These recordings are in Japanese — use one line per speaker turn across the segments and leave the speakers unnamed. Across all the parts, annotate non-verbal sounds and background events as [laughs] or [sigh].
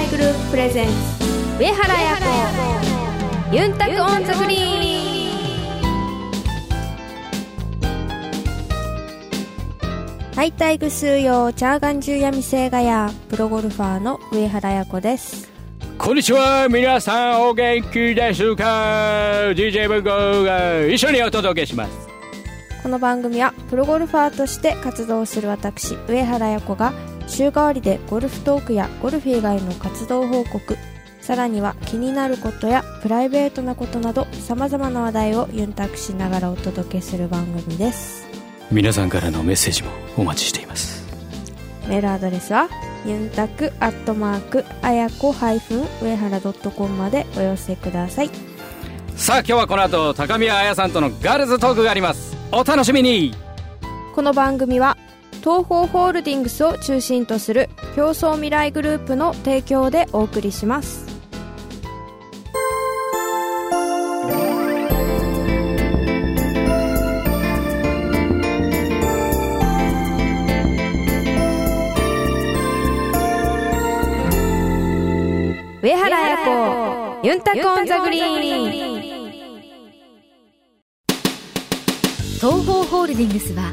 レゼンツ上原彩子ユンタクオンザフリー
大体具数用チャーガン中闇星ガヤプロゴルファーの上原彩子です
こんにちは皆さんお元気ですか DJ 文豪が一緒にお届けします
この番組はプロゴルファーとして活動する私上原彩子が週替わりでゴルフトークやゴルフ以外の活動報告さらには気になることやプライベートなことなどさまざまな話題をユンタクしながらお届けする番組です
皆さんからのメッセージもお待ちしています
メールアドレスはユンタクアットマークあやこ上原 .com までお寄せください
さあ今日はこの後高宮彩さんとのガールズトークがありますお楽しみに
この番組は東方ホールディングスを中心とする競争未来グループの提供でお送りします上原彩子ユンタコンザグリーン
東方ホールディングスは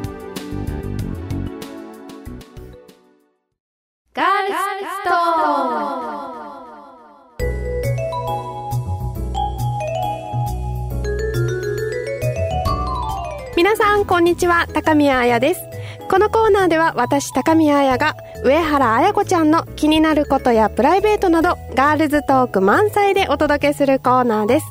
ルストーン
皆さんこんにちは高宮彩ですこのコーナーでは私高宮彩が上原彩子ちゃんの気になることやプライベートなどガールズトーク満載でお届けするコーナーです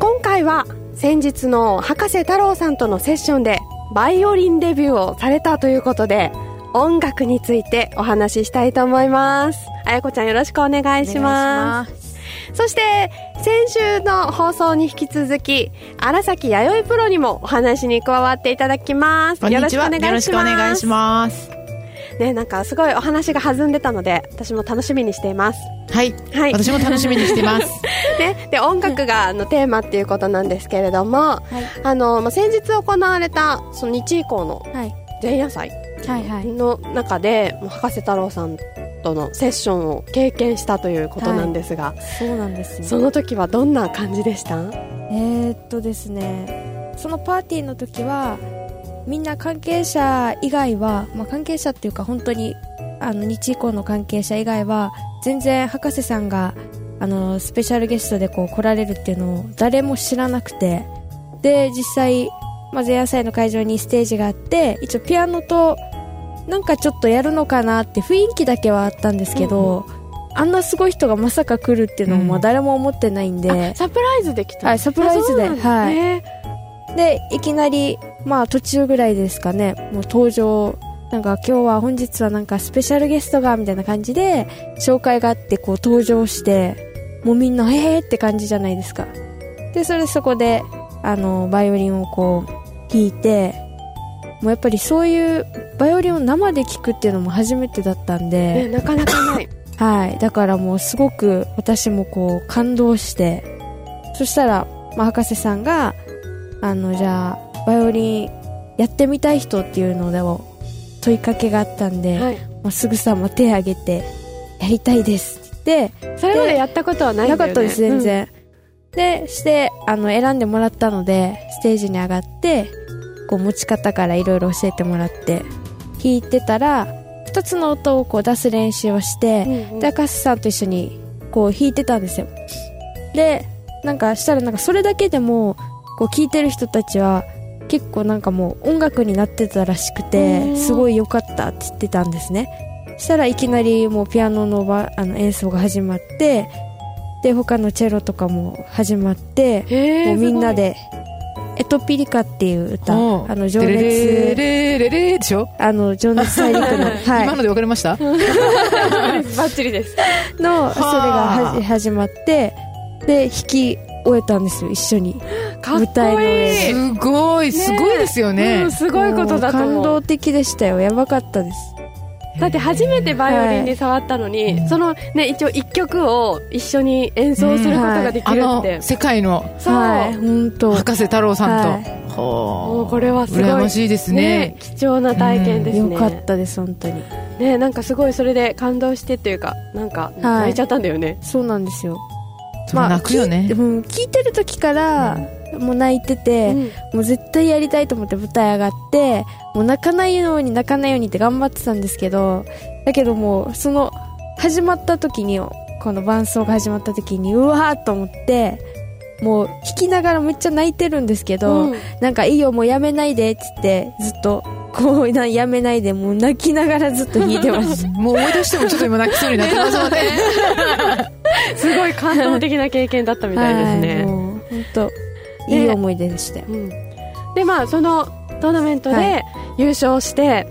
今回は先日の博士太郎さんとのセッションでバイオリンデビューをされたということで音楽についてお話ししたいと思います彩子ちゃんよろしくお願いしますそして先週の放送に引き続き荒崎弥生プロにもお話に加わっていただきます
こんにちは。よろしくお願いし
ま
ます。
すねなんかすごいお話が弾んでたので私も楽しみにしています
はい。
はい
私も楽しみにしてます。
ね、で音楽があのテーマっていうことなんですけれども、あのまあ、先日行われたその日以降の
はい
前夜祭
はいはい
の中で、もう博士太郎さんとのセッションを経験したということなんですが、
そうなんですよ
その時はどんな感じでした
えーっとですねそのパーティーの時はみんな関係者以外は、まあ、関係者っていうか本当にあの日以降の関係者以外は全然博士さんがあのスペシャルゲストでこう来られるっていうのを誰も知らなくてで実際、まあ、前夜祭の会場にステージがあって一応ピアノとなんかちょっとやるのかなって雰囲気だけはあったんですけど、あんなすごい人がまさか来るっていうのもまあ誰も思ってないんで、
あサプライズできた
はいサプライズで
あそうなんですね
でいきなりまあ途中ぐらいですかねもう登場なんか今日は本日はなんかスペシャルゲストがみたいな感じで紹介があってこう登場してもうみんなえーって感じじゃないですかでそれでそこであのバイオリンをこう弾いてもうやっぱりそういうバイオリンを生で聴くっていうのも初めてだったんで、
ねなかなかない
はい。だからもうすごく私もこう感動して、そしたら、まあ、博士さんが、あの、じゃあ、バイオリンやってみたい人っていうのでも問いかけがあったんで、
はい
まあ、すぐさま手挙げて、やりたいですって言って、
それまでやったことはないんだ
な
よ、ね、
かったです、全然。で、して、あの、選んでもらったので、ステージに上がって、こう、持ち方からいろいろ教えてもらって、弾いてたら、二つの音をこう出す練習をして、
うんうん
で赤瀬さんと一緒にこう弾いてたんですよでなんかしたらなんかそれだけでもこう聴いてる人たちは結構なんかもう音楽になってたらしく
う
て
ん
すごい良かったって言ってたんですねしたらいきなりもうピアノのばあの演奏が始まってで他のチェロとかも始まって
へー
もうみんなでエトピリカっていう歌、
ほう
あの情
レレレ
熱、
レレレでしょ
あの情熱大陸の、
[laughs]
はい
今ので分かりました
バッチリです。
の、それが
はあ
はじ始まって、で、弾き終えたんですよ、一緒に。
かっ
舞台
こ
の
いい。
上
すごいすごいですよ
う
ね
ん、すごいことだと
もう感
思う
動的でしたよ、やばかったです。
だって初めてバイオリンに触ったのに、そのね一応一曲を一緒に演奏することができ
あ
るっ
の
て、
世界の
そう、
はい、本当。
博士太郎さんと、
も
ほ
うこれはすごい
羨ましいですね
貴重な体験です
よ
ね
かったです、本当に。
ねなんかすごいそれで感動してっていうかなんか
い
泣いちゃったんだよね、
そうなんですよ。
それ泣くよね
で、も聞いてる時から、もう泣いてて、
うん
もう絶対やりたいと思って舞台上がってもう泣かないように泣かないようにって頑張ってたんですけどだけどもうその始まった時にこの伴奏が始まった時にうわーっと思ってもう弾きながらめっちゃ泣いてるんですけど、
うん
なんかいいよもうやめないでっつってずっとこうなやめないでもう泣きながらずっと弾いてました
もう思い出してもちょっと今泣きそうになってますもんね
すごい感動的な経験だ [laughs] ったみたいです
はい
ね、
もう本当いい思い出でしたよ、
うんでまあそのトーナメント
は
で優勝して、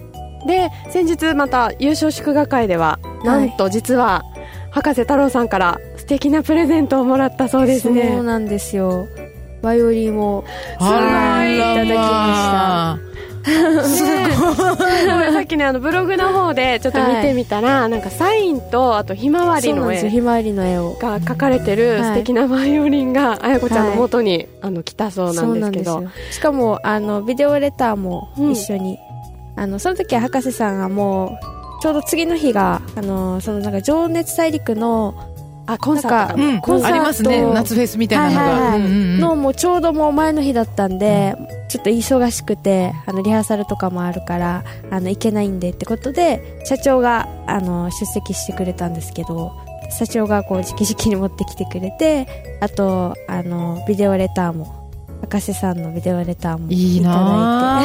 で先日また優勝祝賀会ではなんと実は博士太郎さんから素敵なプレゼントをもらったそうですね
そうなんですよバイオリンを
あら
いただきま
すごい [laughs] さっきねあのブログの方でちょっと見てみたら、なんかサインとあとひまわり
そうなん
の
ですよ
絵
ひまわりの絵を
が描かれてる
はい
素敵なバイオリンがあやこちゃんの元に、あの来たそうなんですけ
そ
ど
うなんですよしかもあのビデオレターも
うん
一緒に、あのその時は博士さんがもうちょうど次の日があのそのなんか情熱大陸の
あコンサートか
う
も
ん、
コンサート
ありますね夏フェスみたいなのが、
はいはいはい
うんうんうん
のもうちょうどもう前の日だったんで、ちょっと忙しくてあのリハーサルとかもあるからあの行けないんでってことで社長があの出席してくれたんですけど社長がこう直々に持ってきてくれてあとあのビデオレターも博士さんのビデオレターも
いい
いただいて
な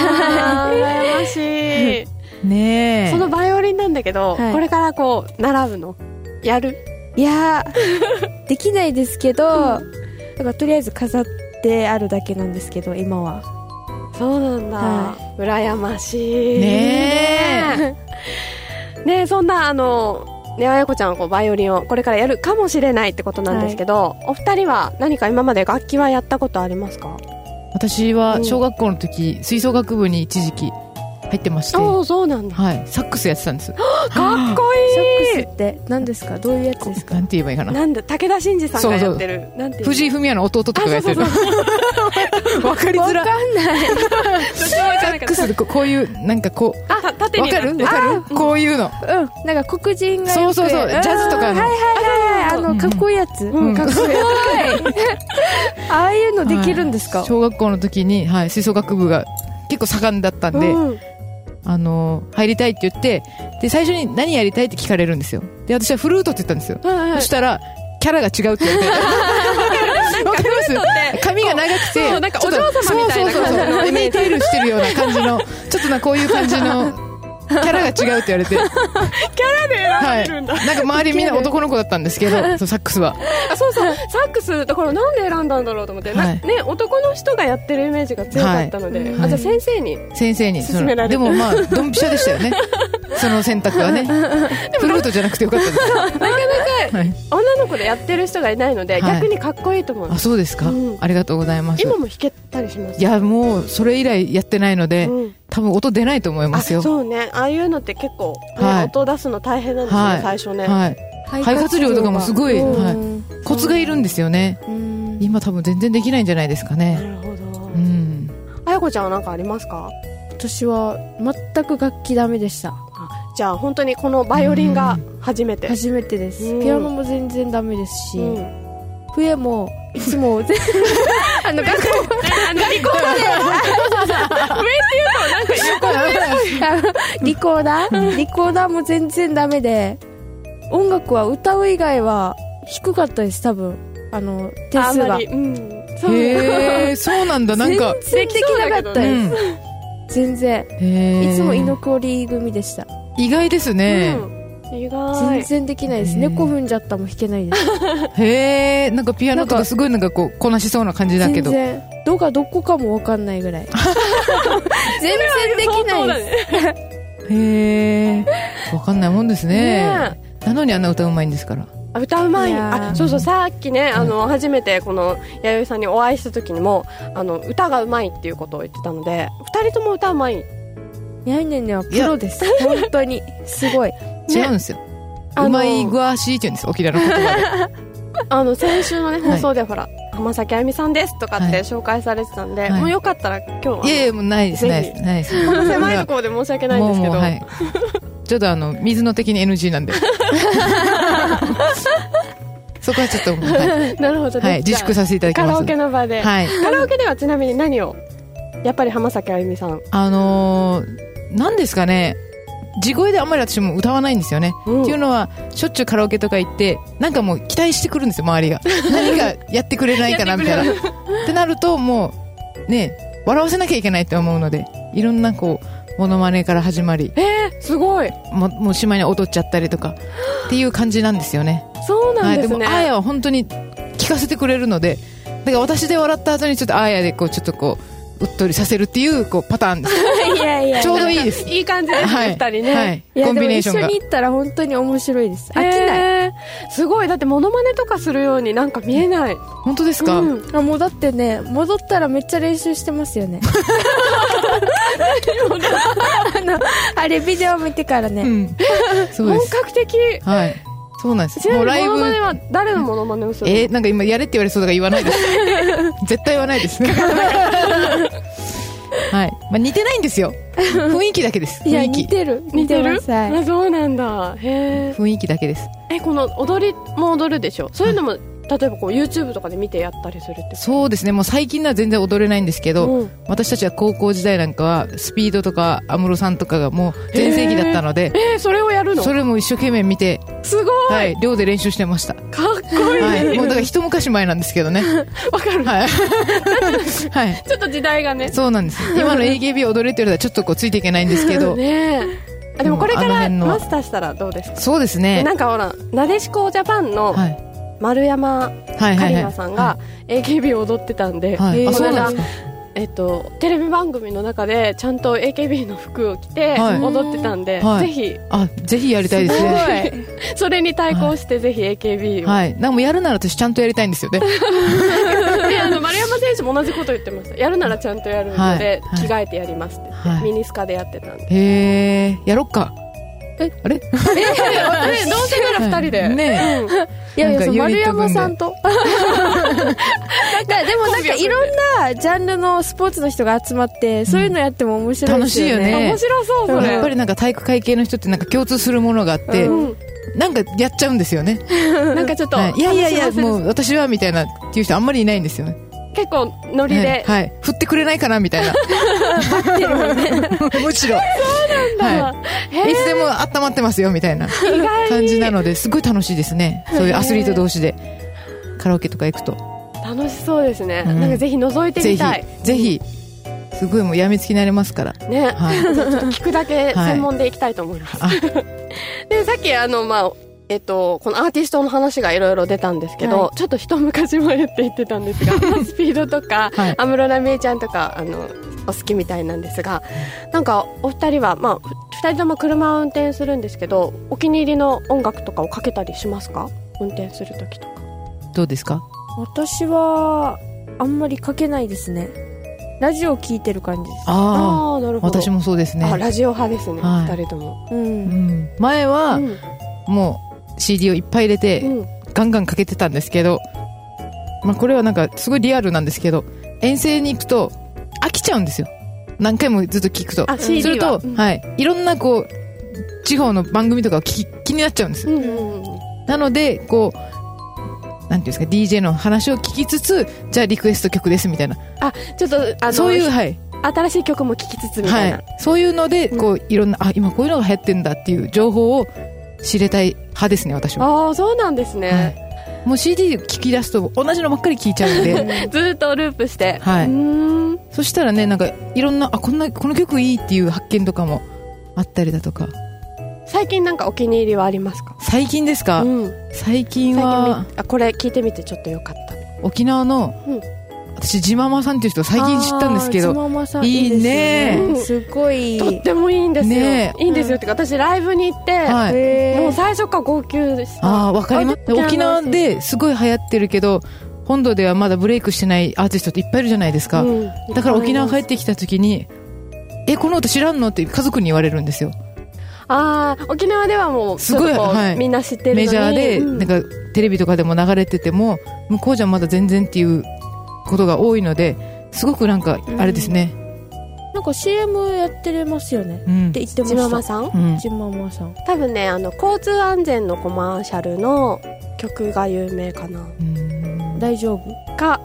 あー [laughs] 羨ましい
ぁねえ
そのバイオリンなんだけど、
はい
これからこう習うのやる
いやーできないですけど、だからとりあえず飾ってあるだけなんですけど今は
そうなんだ、
は
羨ましい
ね
え [laughs] ねえそんなあのねあやこちゃんはこうバイオリンをこれからやるかもしれないってことなんですけど、お二人は何か今まで楽器はやったことありますか
私は小学校の時吹奏楽部に一時期入ってまして
おおそうなんだ
はい、サックスやってたんです
かっこ
サッ
いい
クスって何ですかどういうやつですか
なんて言えばいいかな
なんだ武田真治さんがやってるなんていうの
藤井フミヤの弟とかがやってる
あ
わかりづら
ど
い
っちもわか
サ
んなか
ック
った
スでここういうなんかこう
あた縦
わ
にな
か
って
るわかるこういうの
うんなんか黒人が
そ
よ
う
く
そうそうジャズとか
うん
の
はいはいはいあのかっこいいやつ、
うん
かっこいいやつああいうのできるんですか、
はい小学校の時に、はい、吹奏楽部が結構盛んだったんで、
うん
あの入りたいって言ってで最初に何やりたいって聞かれるんですよで私はフルートって言ったんですよ、
はいはい
そしたらキャラが違うっ
[laughs]
て言われてわかります髪が長くて
そうなんかお嬢様みたいな
そうそうそう
感じ
そ
の
うエメイテールしてるような感じのちょっとなこういう感じのキャラが違うって言われてキャラで選ばれるんだ、はい、なんか周りみんな男の子だったんですけどそうサックスは
あそうそうサックスだからなんで選んだんだろうと思って、な
はい
ね男の人がやってるイメージが強かったので、
はい
あじゃあ先生に
先生にそ
勧めら
の
れて
でもまあドンピシャでしたよねその選択は
[laughs]
ねフルートじゃなくてよかったですはい
女の子でやってる人がいないので、
はい
逆にかっこいいと思う
あそうですか、
うん
ありがとうございます
今も弾けたりします
いやもうそれ以来やってないので、
うん
多分音出ないと思いま
あ
すよ
そうねああいうのって結構、ね
はい
音出すの大変なんですね、
はい
最初ね、
はい、肺活量とかもすごい、
うん
は
う
い、コツがいるんですよね
ん
今多分全然できないんじゃないですか
な
ね
るほど、
うん
あやこちゃんは何かありますか
私は全く楽器ダメでした
じゃあ本当にこのバイオリンが初めて、
初めてです、
うん
ピアノも全然ダメですし、
うん
笛もいつも全あの学校
あのリコーダーで上っていうとなんか
あのリコーダーリコーダーも全然ダメで音楽は歌う以外は低かったです多分あの点
あん
数
ま
が
り、うん、そう
へえそうな
[laughs]
んだなんか
全然できなかったで
う
す、
ん
全然
へー
いつも居残り組でした
意外ですね、
うん意
全
外
然できないです、
へー
猫踏んじゃったも弾けないです
へえんかピアノとかすごいなんかこうこなしそうな感じだけ
全
ど
然どがどこかも分かんないぐらい全然できないです、
へえわかんないもんですね
ね
なのにあんな歌うまいんですから
あ歌うまい
いやー
あそうそうさっきねあの初めてこの弥生さんにお会いした時にもあの歌がうまいっていうことを言ってたので二人とも歌うまい
にゃんにゃんにゃんはプロです本当にすごい
違うんですよ
あの
うまいグアシーって言うんです沖縄の言葉
あ
[laughs]
の先週のね
はい
放送でほら浜崎あゆみさんですとかっ
はい
て紹介されてたんで
はい
もうよかったら今日は
でいやいやもうないです
ぜひ
ないですないです
この [laughs] 狭いところで申し訳ないんですけど
もうもうはい、ちょっとあの水の的に NG なんで [laughs] そこはちょっと、はい
なるほどね
はい、
じ
自
ゃあ
粛させていただき
カ
ま
ラ
す
オケの場で
はい
カラオケではちなみに何をやっぱり浜崎あゆみさん
あのー、なんですかね地声であんまり私も歌わないんですよね、
うん
っていうのはしょっちゅうカラオケとか行ってなんかもう期待してくるんですよ周
[laughs]
りが何かやってくれないかなみたいなってなるともうね笑わせなきゃいけないって思うのでいろんなこうモノマネから始まり
すごい
ももうしまいに踊っちゃったりとかっていう感じなんですよね
そうな
は
ん
い、
で
ですも
ね
あやは本当に聞かせてくれるのでだから私で笑った後にちょっとあやでこうちょっとこううっとりさせるっていうこうパターンです
[laughs] いやいや
ちょうどいいです
いい感じです
はい
二人ね、
はい
いや
コン
で
ビ
も
ネー
一
ション
緒
が
に行ったら本当に面白いです飽きない
ないすごいだってモノマネとかするようになんか見えない
本当ですか、
うん
あもうだってね戻ったらめっちゃ練習してます
[laughs]
よねあのあれビデオ見てからね、
うんそうで
本
す
格的
はいそうなんです
ちな
もう
み
ラ
に
イ
モノマネ
ブ
は誰のモノマネをするの
えーなんか今やれって言われそうだから言わないです絶対言わないです [laughs] はい、まあ、似てないんですよ雰囲気だけです
い
雰
や
囲
似
気
てる
似てる
ますはい
あそうなんだへ
雰囲気だけです
ええこの踊りも踊るでしょそういうのも、例えばこう YouTube とかで見てやったりするって
そうですねもう最近のは全然踊れないんですけど、
うん
私たちは高校時代なんかはスピードとか安室さんとかがもう全盛期だったので、
えー、それをやるの
それも一生懸命見て、
すごい
はい、寮で練習してました、
かっこいい、
はい、もうだから一昔前なんですけどね
わかる
はい、 [laughs] はい、
ちょっと時代がね
そうなんです今の AKB 踊れてるのはちょっとこうついていけないんですけど
[laughs] ねえあでもこれか
うんあの
ら
辺の
マスターしたらどうですか、
そうですね
なんかほらなでしこジャパンの
はい
丸山
はい
カ
はい
リ
はい
ナさんが AKB 踊ってたんで、
はい
えー
あ
こ
そう
の
な
間
ん
えっと、テレビ番組の中でちゃんと AKB の服を着て
はい
踊ってたんで、
は
ぜ
い
ひ
あぜひやりたいですね
それに対抗してぜひ AKB を、
はい、なんかもうやるなら私ちゃんとやりたいんですよね
であの丸山選手も同じこと言ってましたやるならちゃんとやるので、
はい
着替えてやりますって言って、
はい
ミニスカでやってたんで、
へえやろっか
え
あれ
ねどうせなら2人で、
はいね
うん
いやいやそう
なんか
丸
ユニット
山
分で
さんとなんかでもなんかいろんなジャンルのスポーツの人が集まって、そういうのやっても面白いですよね
楽しいよね
面白そうそれ、
やっぱりなんか体育会系の人ってなんか共通するものがあって、
うん
なんかやっちゃうんですよね
[laughs] なんかちょっと、
はい、いやいやいや
楽しませる
もう私はみたいなっていう人あんまりいないんですよね
結構ノリで、
はい、はい振ってくれないかな
[laughs]
みたいな [laughs] むしろそう
なん
は
だ
い、いつでも温まってますよみたいな感じなのですごい楽しいですねそういうアスリート同士でカラオケとか行くと
楽しそうですね、
うん
なんかぜひ覗いて
ぜ
み
ひ
たい
ぜひすごいもうやみつきになれますから
ね、
はい
ち [laughs] ょっと聞くだけ専門でいきたいと思います、
はい
[laughs] でさっきあのまあえっと、このアーティストの話がいろいろ出たんですけど、
は
ちょっと一昔前って言ってたんです
[laughs]
がスピードとか
はい
安室奈美恵ちゃんとかあのお好きみたいなんですがなんかお二人は、まあ、二人とも車を運転するんですけどお気に入りの音楽とかをかけたりしますか運転する時とか
どうですか
私はあんまりかけないですねラジオ聞いてる感じです
ああ
ああーなるほど
私もそうです
あ
ね、
ラジオ派ですね、
はい
二人とも、
う
うんん、前は
うん
もう CD をいっぱい入れて、
うん
ガンガンかけてたんですけど、まあ、これはなんかすごいリアルなんですけど遠征に行くと飽きちゃうんですよ何回もずっと聞くと
あ CD は
すると、
うん
はい、いろんなこう地方の番組とかを聞き気になっちゃうんです、
うんうんうん
なのでこうなんていうんですか DJ の話を聞きつつじゃあリクエスト曲ですみたいな
あちょっとあの
そういうはい、
新しい曲も聴きつつみた
はい
な、
い、そういうのでこういろんなあ今こういうのが流行ってんだっていう情報を知れたい派ですね私は、
ああそうなんです
は
ね、
い、もう CD 聞き出すと同じのばっかり聞いちゃうんで
[laughs] ずーっとループして、
はいう
ーん
そしたらねなんかいろんなあこんなこの曲いいっていう発見とかもあったりだとか
最近なんかお気に入りはありますか
最近ですか、
うん
最近
最近
は
みあこれ聞いてみてちょっとよかった
沖縄の、
うん
私ジママさんっていう人最近知ったんですけ
あーうち
ど
もまさん
いいね
いいですよすごい
とってもいいんですよ、
ね
いいんですよってか私ライブに行って、
はい
へー
もう最初から号泣した
ああわかります
あの
沖縄ですごい流行ってるけど本土ではまだブレイクしてないアーティストっていっぱいいるじゃないですか、
うん
だから沖縄帰
いっぱいいます
ってきた時に「えこの歌知らんの?」って家族に言われるんですよ
ああ沖縄ではもう
すごい
ちょっと
はい
みんな知ってるのに
メジャーで
うん
なんかテレビとかでも流れてても向こうじゃまだ全然っていうことが多いのですごくなんかあれですね
なんか CM やってますよね
うん
って言ってま
ジ
し
ママ
た
さん
うん
ちままさん
多分ねあの交通安全のコマーシャルの曲が有名かな
うん
大丈夫
か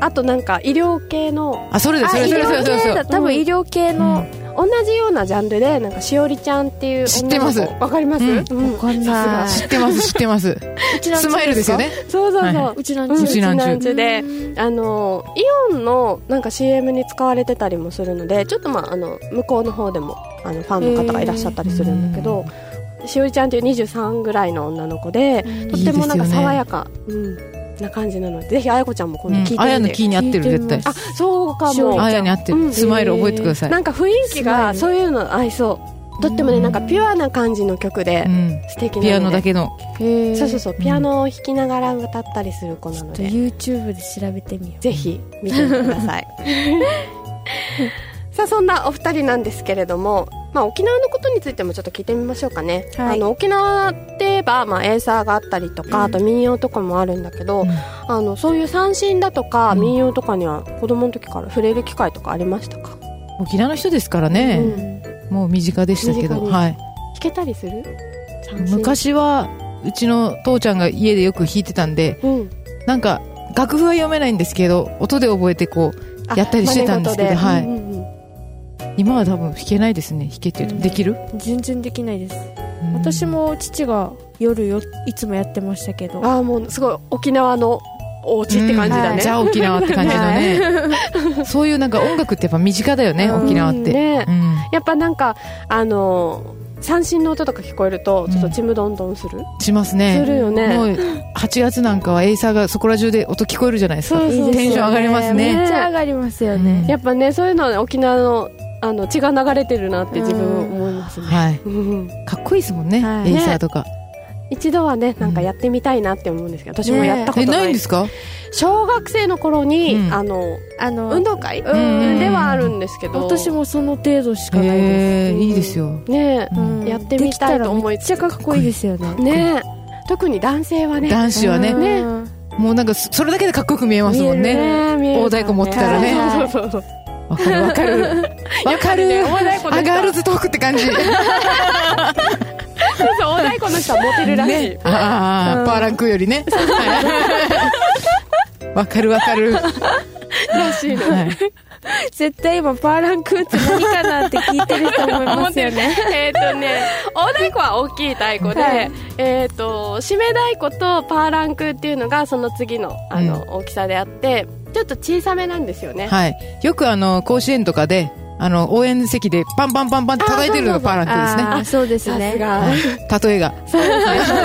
あとなんか医療系の
あそれでそ
あ
れ
医
それそれ
療
それそ
系
れ
だ多分医療系
うん
の同じようなジャンルでなんかしおりちゃんっていう女の子
知ってます
わかります、
うん
うん
わかんない
知ってます知ってます
[laughs]
スマイルですよね
そうそうそう、
はいは
うちなん
うん
う
ち
ちなんちゅ
うちであのイオンのなんか CM に使われてたりもするのでちょっとまああの向こうの方でもあのファンの方がいらっしゃったりするんだけど、しおりちゃんっていう23ぐらいの女の子でとってもなんか爽やかうん、な感じなのでぜひあやこちゃんも今度聞いてみて、
あやのキーに合っ
聞
てる
いてみ
絶対
あそうか
しおり
も
ちゃん
あやに合って
うん
るスマイル覚えてください
なんか雰囲気がそういうの合いそうとってもねなんかピュアな感じの曲で
うん
素敵なので
ピアノだけの
へー
そうそうそう
うん
ピアノを弾きながら歌ったりする子なの
ち
で
ょっと YouTube で調べてみよう
ぜひ見てみてくだ
[laughs]
さいさあそんなお二人なんですけれども、まあ、沖縄のことについてもちょっと聞いてみましょうかね、
はい
あの沖縄って言えば、まあ、エイサーがあったりとか、あと民謡とかもあるんだけど、
うん
あのそういう三振だとか
うん
民謡とかには子供の時から触れる機会とかありましたか
沖縄の人ですから
う
ね
ん
もう身近でしたけ
身
ど
近に
はい
弾けたりする三振
昔はうちの父ちゃんが家でよく弾いてたんで
うん
なんか楽譜は読めないんですけど音で覚えてこう
あ
やったりしてたんですけ
真
ど
似事
はい
でうんうんうん
今は多分弾けないですね弾けっていうとできる、
全然できないです
うん
私も父が夜よいつもやってましたけど
ああもうすごい沖縄のお家って感じだ
うん
ね、
ザ沖縄って感じのね、 [laughs] そういうなんか音楽ってやっぱ身近だよね、
うん
沖縄って、
ね
うん、
やっぱなんかあのー三振の音とか聞こえるとちょっとちむどんどんする、
します
する
ね
よ
もう
ね
8月なんかはエイサーがそこら中で音聞こえるじゃないですか
そうそうそう
テンション上がりますね
めっちゃ上がりますよね、
うん
やっぱねそういうのはね沖縄のあの血が流れてるなって自分思いますね、
はい
うん
かっこいいですもんね、
はい
エイサーとか、
一度はねなんかやってみたいなって思うんですけど私もやったこ
え
とない,、
ないんですか
小学生の頃に、
うん
あの
あの、
運動会、
ん
ではあるんですけど
私もその程度しかないで
え
うん
ー、いいですよ、
ねえ
す、
うん
うん
やってみたいと思い
できたらめっちゃかっこいいですよね
ねえ特に男性はね
男子はね、
うんね
もうなんかそそれだけでかっこよく見えますもんね
ね見える
大太鼓持ってたらね
そうそう
[laughs]
そう
わかるわかるわか
大
る、
太鼓
あ
の人
ガールズトークって感じ
そうそう大太鼓の人はモテるらしい、
ね、ああ、パーランクよりねはいわかるわかる
らしいの
はい
絶対今パーランクーって何かなって聞いてると思いますよね
えっとね大太鼓は大きい太鼓で、
はい
えっ、と締め太鼓とパーランクっていうのがその次のあの、大きさであってちょっと小さめなんですよね、
はいよくあの甲子園とかであの応援席でパンパンパンパンって叩いてるのがパーランクですね
あーそうです
さす
ね
が、
はい例えが
そう
[laughs]
で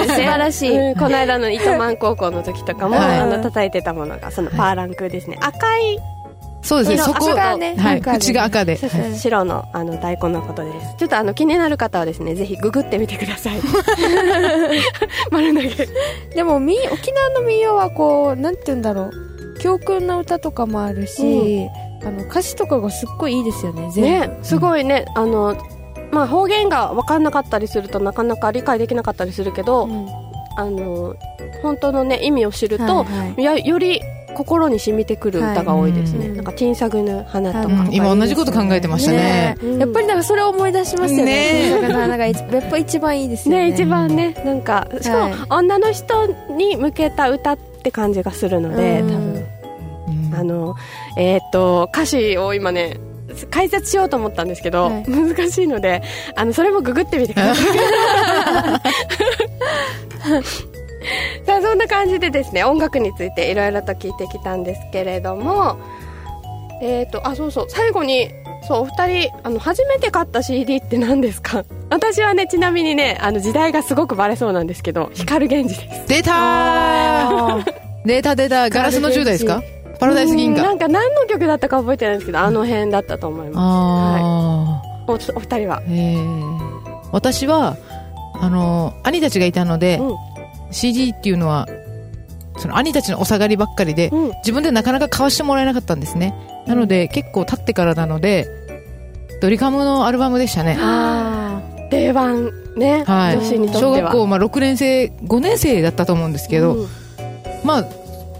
すね
素晴らしい
うんこの間の糸満高校の時とかも、
はい
あの叩いてたものがそのパーランクですね、赤い、
そうですね
色
そこ
赤が
ね
はい
赤で
口が赤で、はい
白のあの太鼓のことですちょっとあの気になる方はですねぜひググってみてください
[laughs]
丸投げ
でもみ沖縄の民謡はこうなんて言うんだろう教訓の歌とかもあるし、あの歌詞とかがすっごいいいですよね全部
ね、すごいね、あのまあ、方言が分かんなかったりするとなかなか理解できなかったりするけど、
うん
あの本当の、ね、意味を知ると、
はいはい
やより心に染みてくる歌が多いですね、
はいうん
なんか「ティンサグヌ花」とか、
うん今同じこと考えてましたね
うん
やっぱりなんかそれを思い出しますよね。
ね
だからなんか一やっぱ一番いいですよ
ね
ね。
一番ねなんかしかも、
はい
女の人に向けた歌って感じがするので、
うん
多分
うん
あのえーっと歌詞を今ね解説しようと思ったんですけど、
はい
難しいのであのそれもググってみてくださいさあそんな感じでですね音楽についていろいろと聞いてきたんですけれどもえーっとあそうそう最後にそうお二人あの初めて買った CD って何ですか私はねちなみにねあの時代がすごくバレそうなんですけど光源氏です
出たー出た出たガラスの10代ですかパラダイス銀
うんな
河
んか何の曲だったか覚えてないんですけどあの辺だったと思いま
あ
す、はい、おお二人は
あ、えー私はあの兄たちがいたので、
う
CD っていうのはその兄たちのお下がりばっかりで、
んうん
自分でなかなか買わしてもらえなかったんですねなので結構経ってからなのでドリカムのアルバムでしたね
ああ定番ね、
はい
女子にとって
小
は
学校、まあ、6年生5年生だったと思うんですけど、まあ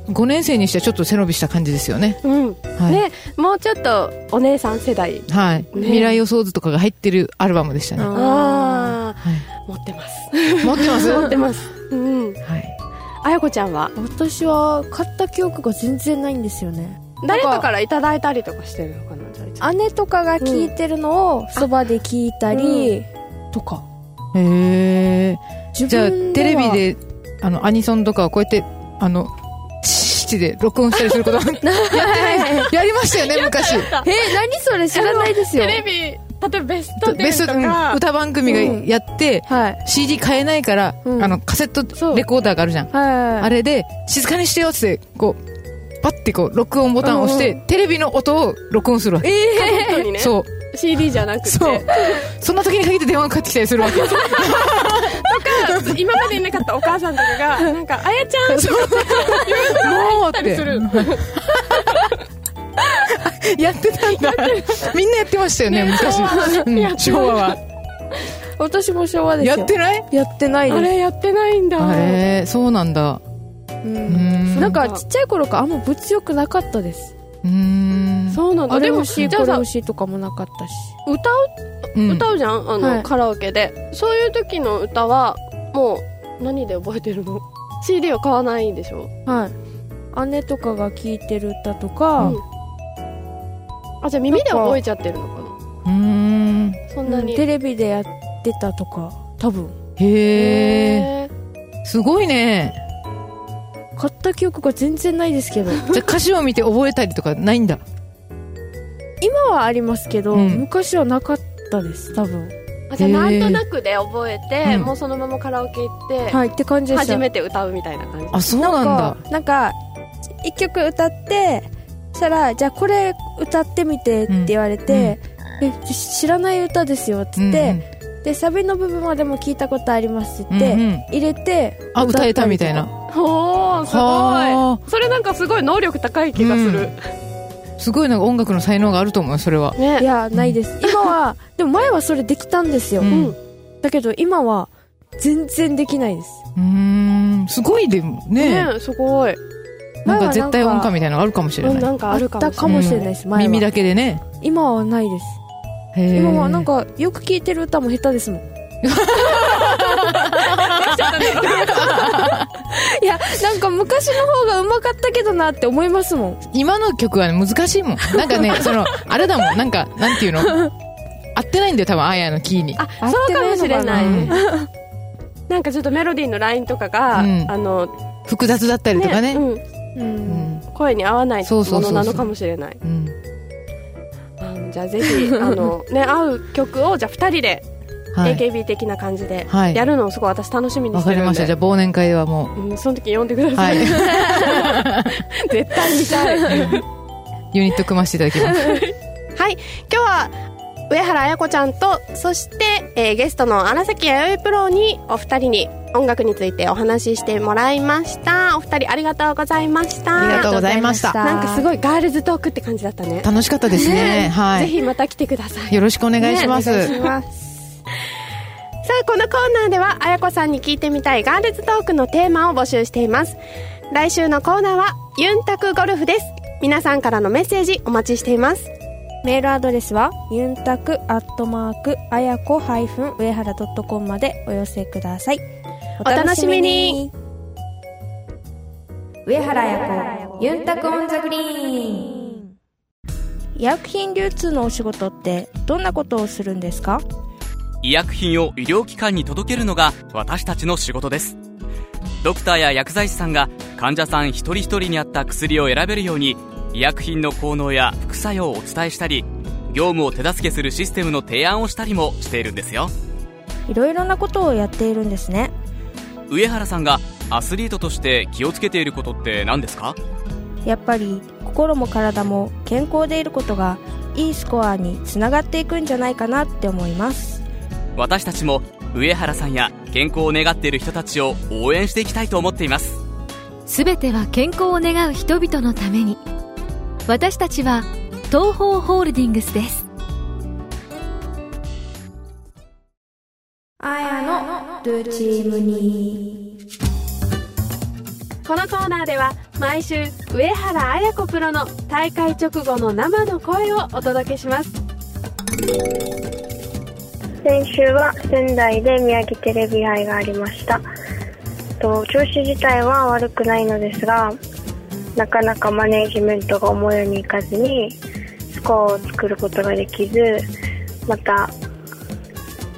5年生にしてはちょっと背伸びした感じですよね
うん、うん
はい、
ねもうちょっとお姉さん世代
はい未来予想図とかが入ってるアルバムでしたね、
ああ
はい
持ってます
持ってます
持
は
ってます [laughs] うん
い
あやこちゃんは
私は買った記憶が全然ないんですよね
誰かからいただいたりとかしてるのかなじゃあいつも
姉とかが聞いてるのをそばで聞いたりとか
へえ
自
じゃあ
分
テレ
は
ビであのアニソンとかをこうやってあのチッチで録音したりすることやってないやりましたよね昔
え何それ知らないですよ
テレビ例えばベスト
ベス
10
ト
と
うん
か
歌番組がやって、
はい
CD 買えないから、
うん
あのカセッ
そ
ト
う
レコーダーがあるじゃん
はい
あれで静かにしてよっつってこうパッてこう録音ボタンを押して、テレビの音を録音するわけ、
本当にね
そう
CD じゃなくて
そうそんな時に限って電話がかかってきたりするわけ
今までいなかったお母さんとかが「なんかあやちゃん」とか
もう
言っ
っ
たりする
[laughs] やってたんだみんなやってましたよね昔うん昭和は
私も昭和ですよ
やってない
やってない
あ
です
れやってないんだ
あれそうなんだ
うん
ん
なんかちっちゃい頃からあんま物欲なかったです
うーん
そうなんだ
あれ
でも
欲し
じ
いこ
ゃ
れ
あさ
欲しいとかもなかったし
歌
うん
う歌うじゃんあ
は
の
い
カラオケでそういう時の歌はもう何で覚えてるの CD は買わないんでしょ
はい姉とかが聞いてる歌とか、
うんあじゃあ耳で覚えちゃってるのか
うーん
なそん
う
なんに
テレビでやってたとか多分
へえ
へー
すごいね
買った記憶が全然ないです
[laughs]
けど
じゃあ歌詞を見て覚えたりとかないんだ
今はありますけど、
うん
昔はなかったです多分
あじゃあ
へー
なんとなくで覚えて
うん
もうそのままカラオケ行って
はいって感じでした
初めて歌うみたいな感じ
[laughs] あそうなんだ
かなんか一曲歌ってしたらじゃあこれ歌ってみてって言われて、え知らない歌ですよっつって、でサビの部分までも聞いたことありますって言って、
うんうん
入れて
あ歌えたみたいな
おーす
は
ごいそれなんかすごい能力高い気がする、
すごいなんか音楽の才能があると思うよそれは
[laughs] い
ね
やないです今は [laughs] でも前はそれできたんですよ、
うん
だけど今は全然できないです
うーんすごいでもね
ねすごい
な
前
ん
はなんか
か絶対音感みたいなのがあるかもしれ
うん
ない
なんかあるかも
あっ
し
た
れな
か
い
もしれないです、前は
耳だけでね
今はないです
へー
今はなんかよく聞いてる歌も下手ですもんいやなんか昔の方がうまかったけどなって思いますもん
今の曲はね難しいもんなんか [laughs] ねそのあれだもんなんかなんていうの合ってないんだよ多分あやのキーに
あそうかもしれない、
うん
なんかちょっとメロディーのラインとかが、
うん
あの
複雑だったりとかね
うん
う
うんん
声に合わない
そう
も
そうそうそ
の
う
なのかもしれない
うん
うんじゃあぜ
[laughs]
ひあのね合う曲をじゃあ2人で
はい
AKB 的な感じで
はい
やるのをすごい私楽しみに
わ
して
か
るん
り
で
ましたじゃあ忘年会ではも
うん、その時呼んでくだ
う
さ、
[laughs] はいい
[laughs] 絶対見たいはい
ユニット組ませていただきます
今日は上原彩子ちゃんとそして、えーゲストの荒崎弥生プロにお二人に音楽についてお話ししてもらいましたお二人ありがとうございました
ありがとうございました
なんかすごいガールズトークって感じだったね
楽しかったですねは
ぜ
い
ひまた来てください
よろしくお願いします、
ねお願いしますさあこのコーナーではあやこさんに聞いてみたいガールズトークのテーマを募集しています来週のコーナーはユンタクゴルフです皆さんからのメッセージお待ちしています
メールアドレスはユンタクアットマークあやこハイフン上原ドットコムまでお寄せください
お楽しみに
上原彩子ユンタクオンザグリーン
医薬品流通のお仕事ってどんなことをするんですか
医薬品を医療機関に届けるのが私たちの仕事ですドクターや薬剤師さんが患者さん一人一人に合った薬を選べるように医薬品の効能や副作用をお伝えしたり業務を手助けするシステムの提案をしたりもしているんですよ
いろいろなことをやっているんですね
上原さんがアスリートとして気をつけていることって何ですか
やっぱり心も体も健康でいることがいいスコアにつながっていくんじゃないかなって思います
私たちも上原さんや健康を願っている人たちを応援していきたいと思っています
すべては健康を願う人々のために私たちは東方ホールディングスです
あやのドゥチームに
このコーナーでは毎週上原彩子プロの大会直後の生の声をお届けします
先週は仙台で宮城テレビ杯がありましたと調子自体は悪くないのですがなかなかマネージメントが思うようにいかずにスコアを作ることができずまた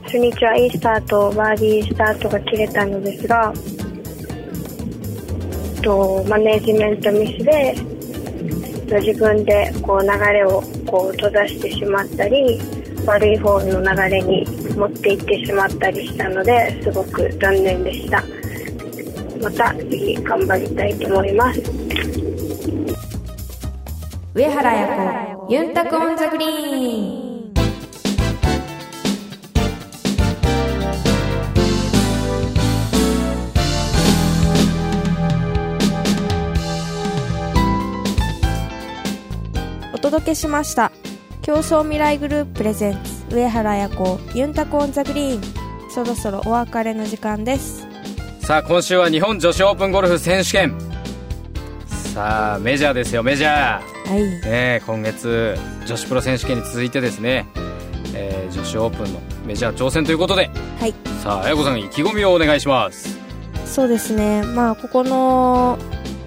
初日はいいスタートバーディースタートが切れたのですがとマネージメントミスでと自分でこう流れをこう閉ざしてしまったり悪い方の流れに持っていってしまったりしたのですごく残念でしたまた次頑張りたいと思います
上原彩子ユンタクオンザグリーン
お届けしました競争未来グループプレゼンツ上原彩子ユンタコオンザグリーンそろそろお別れの時間です
さあ今週は日本女子オープンゴルフ選手権さあメジャーですよメジャー
はい
ねえ今月女子プロ選手権に続いてですね、えー女子オープンのメジャー挑戦ということで
はい
さあ綾子さん意気込みをお願いします
そうですねまあここの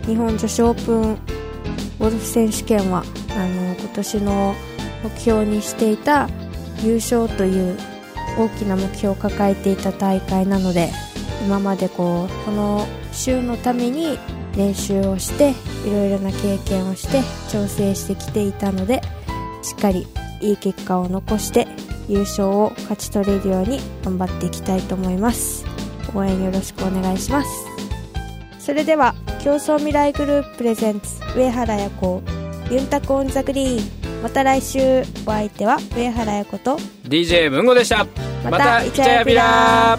日本女子オープンゴルフ選手権はあの今年の目標にしていた優勝という大きな目標を抱えていた大会なので今までこうこの週のために練習をしていろいろな経験をして調整してきていたのでしっかりいい結果を残して優勝を勝ち取れるように頑張っていきたいと思います応援よろしくお願いしますそれでは競争未来グループプレゼンツ上原彩子ユンタコオンザグリーンまた来週お相手は上原彩子と
DJ 文吾でした
また
またイ
イ
チ
チ
ャ
ャ
ヤ
ヤ
ビ
ビ
ラ
ラ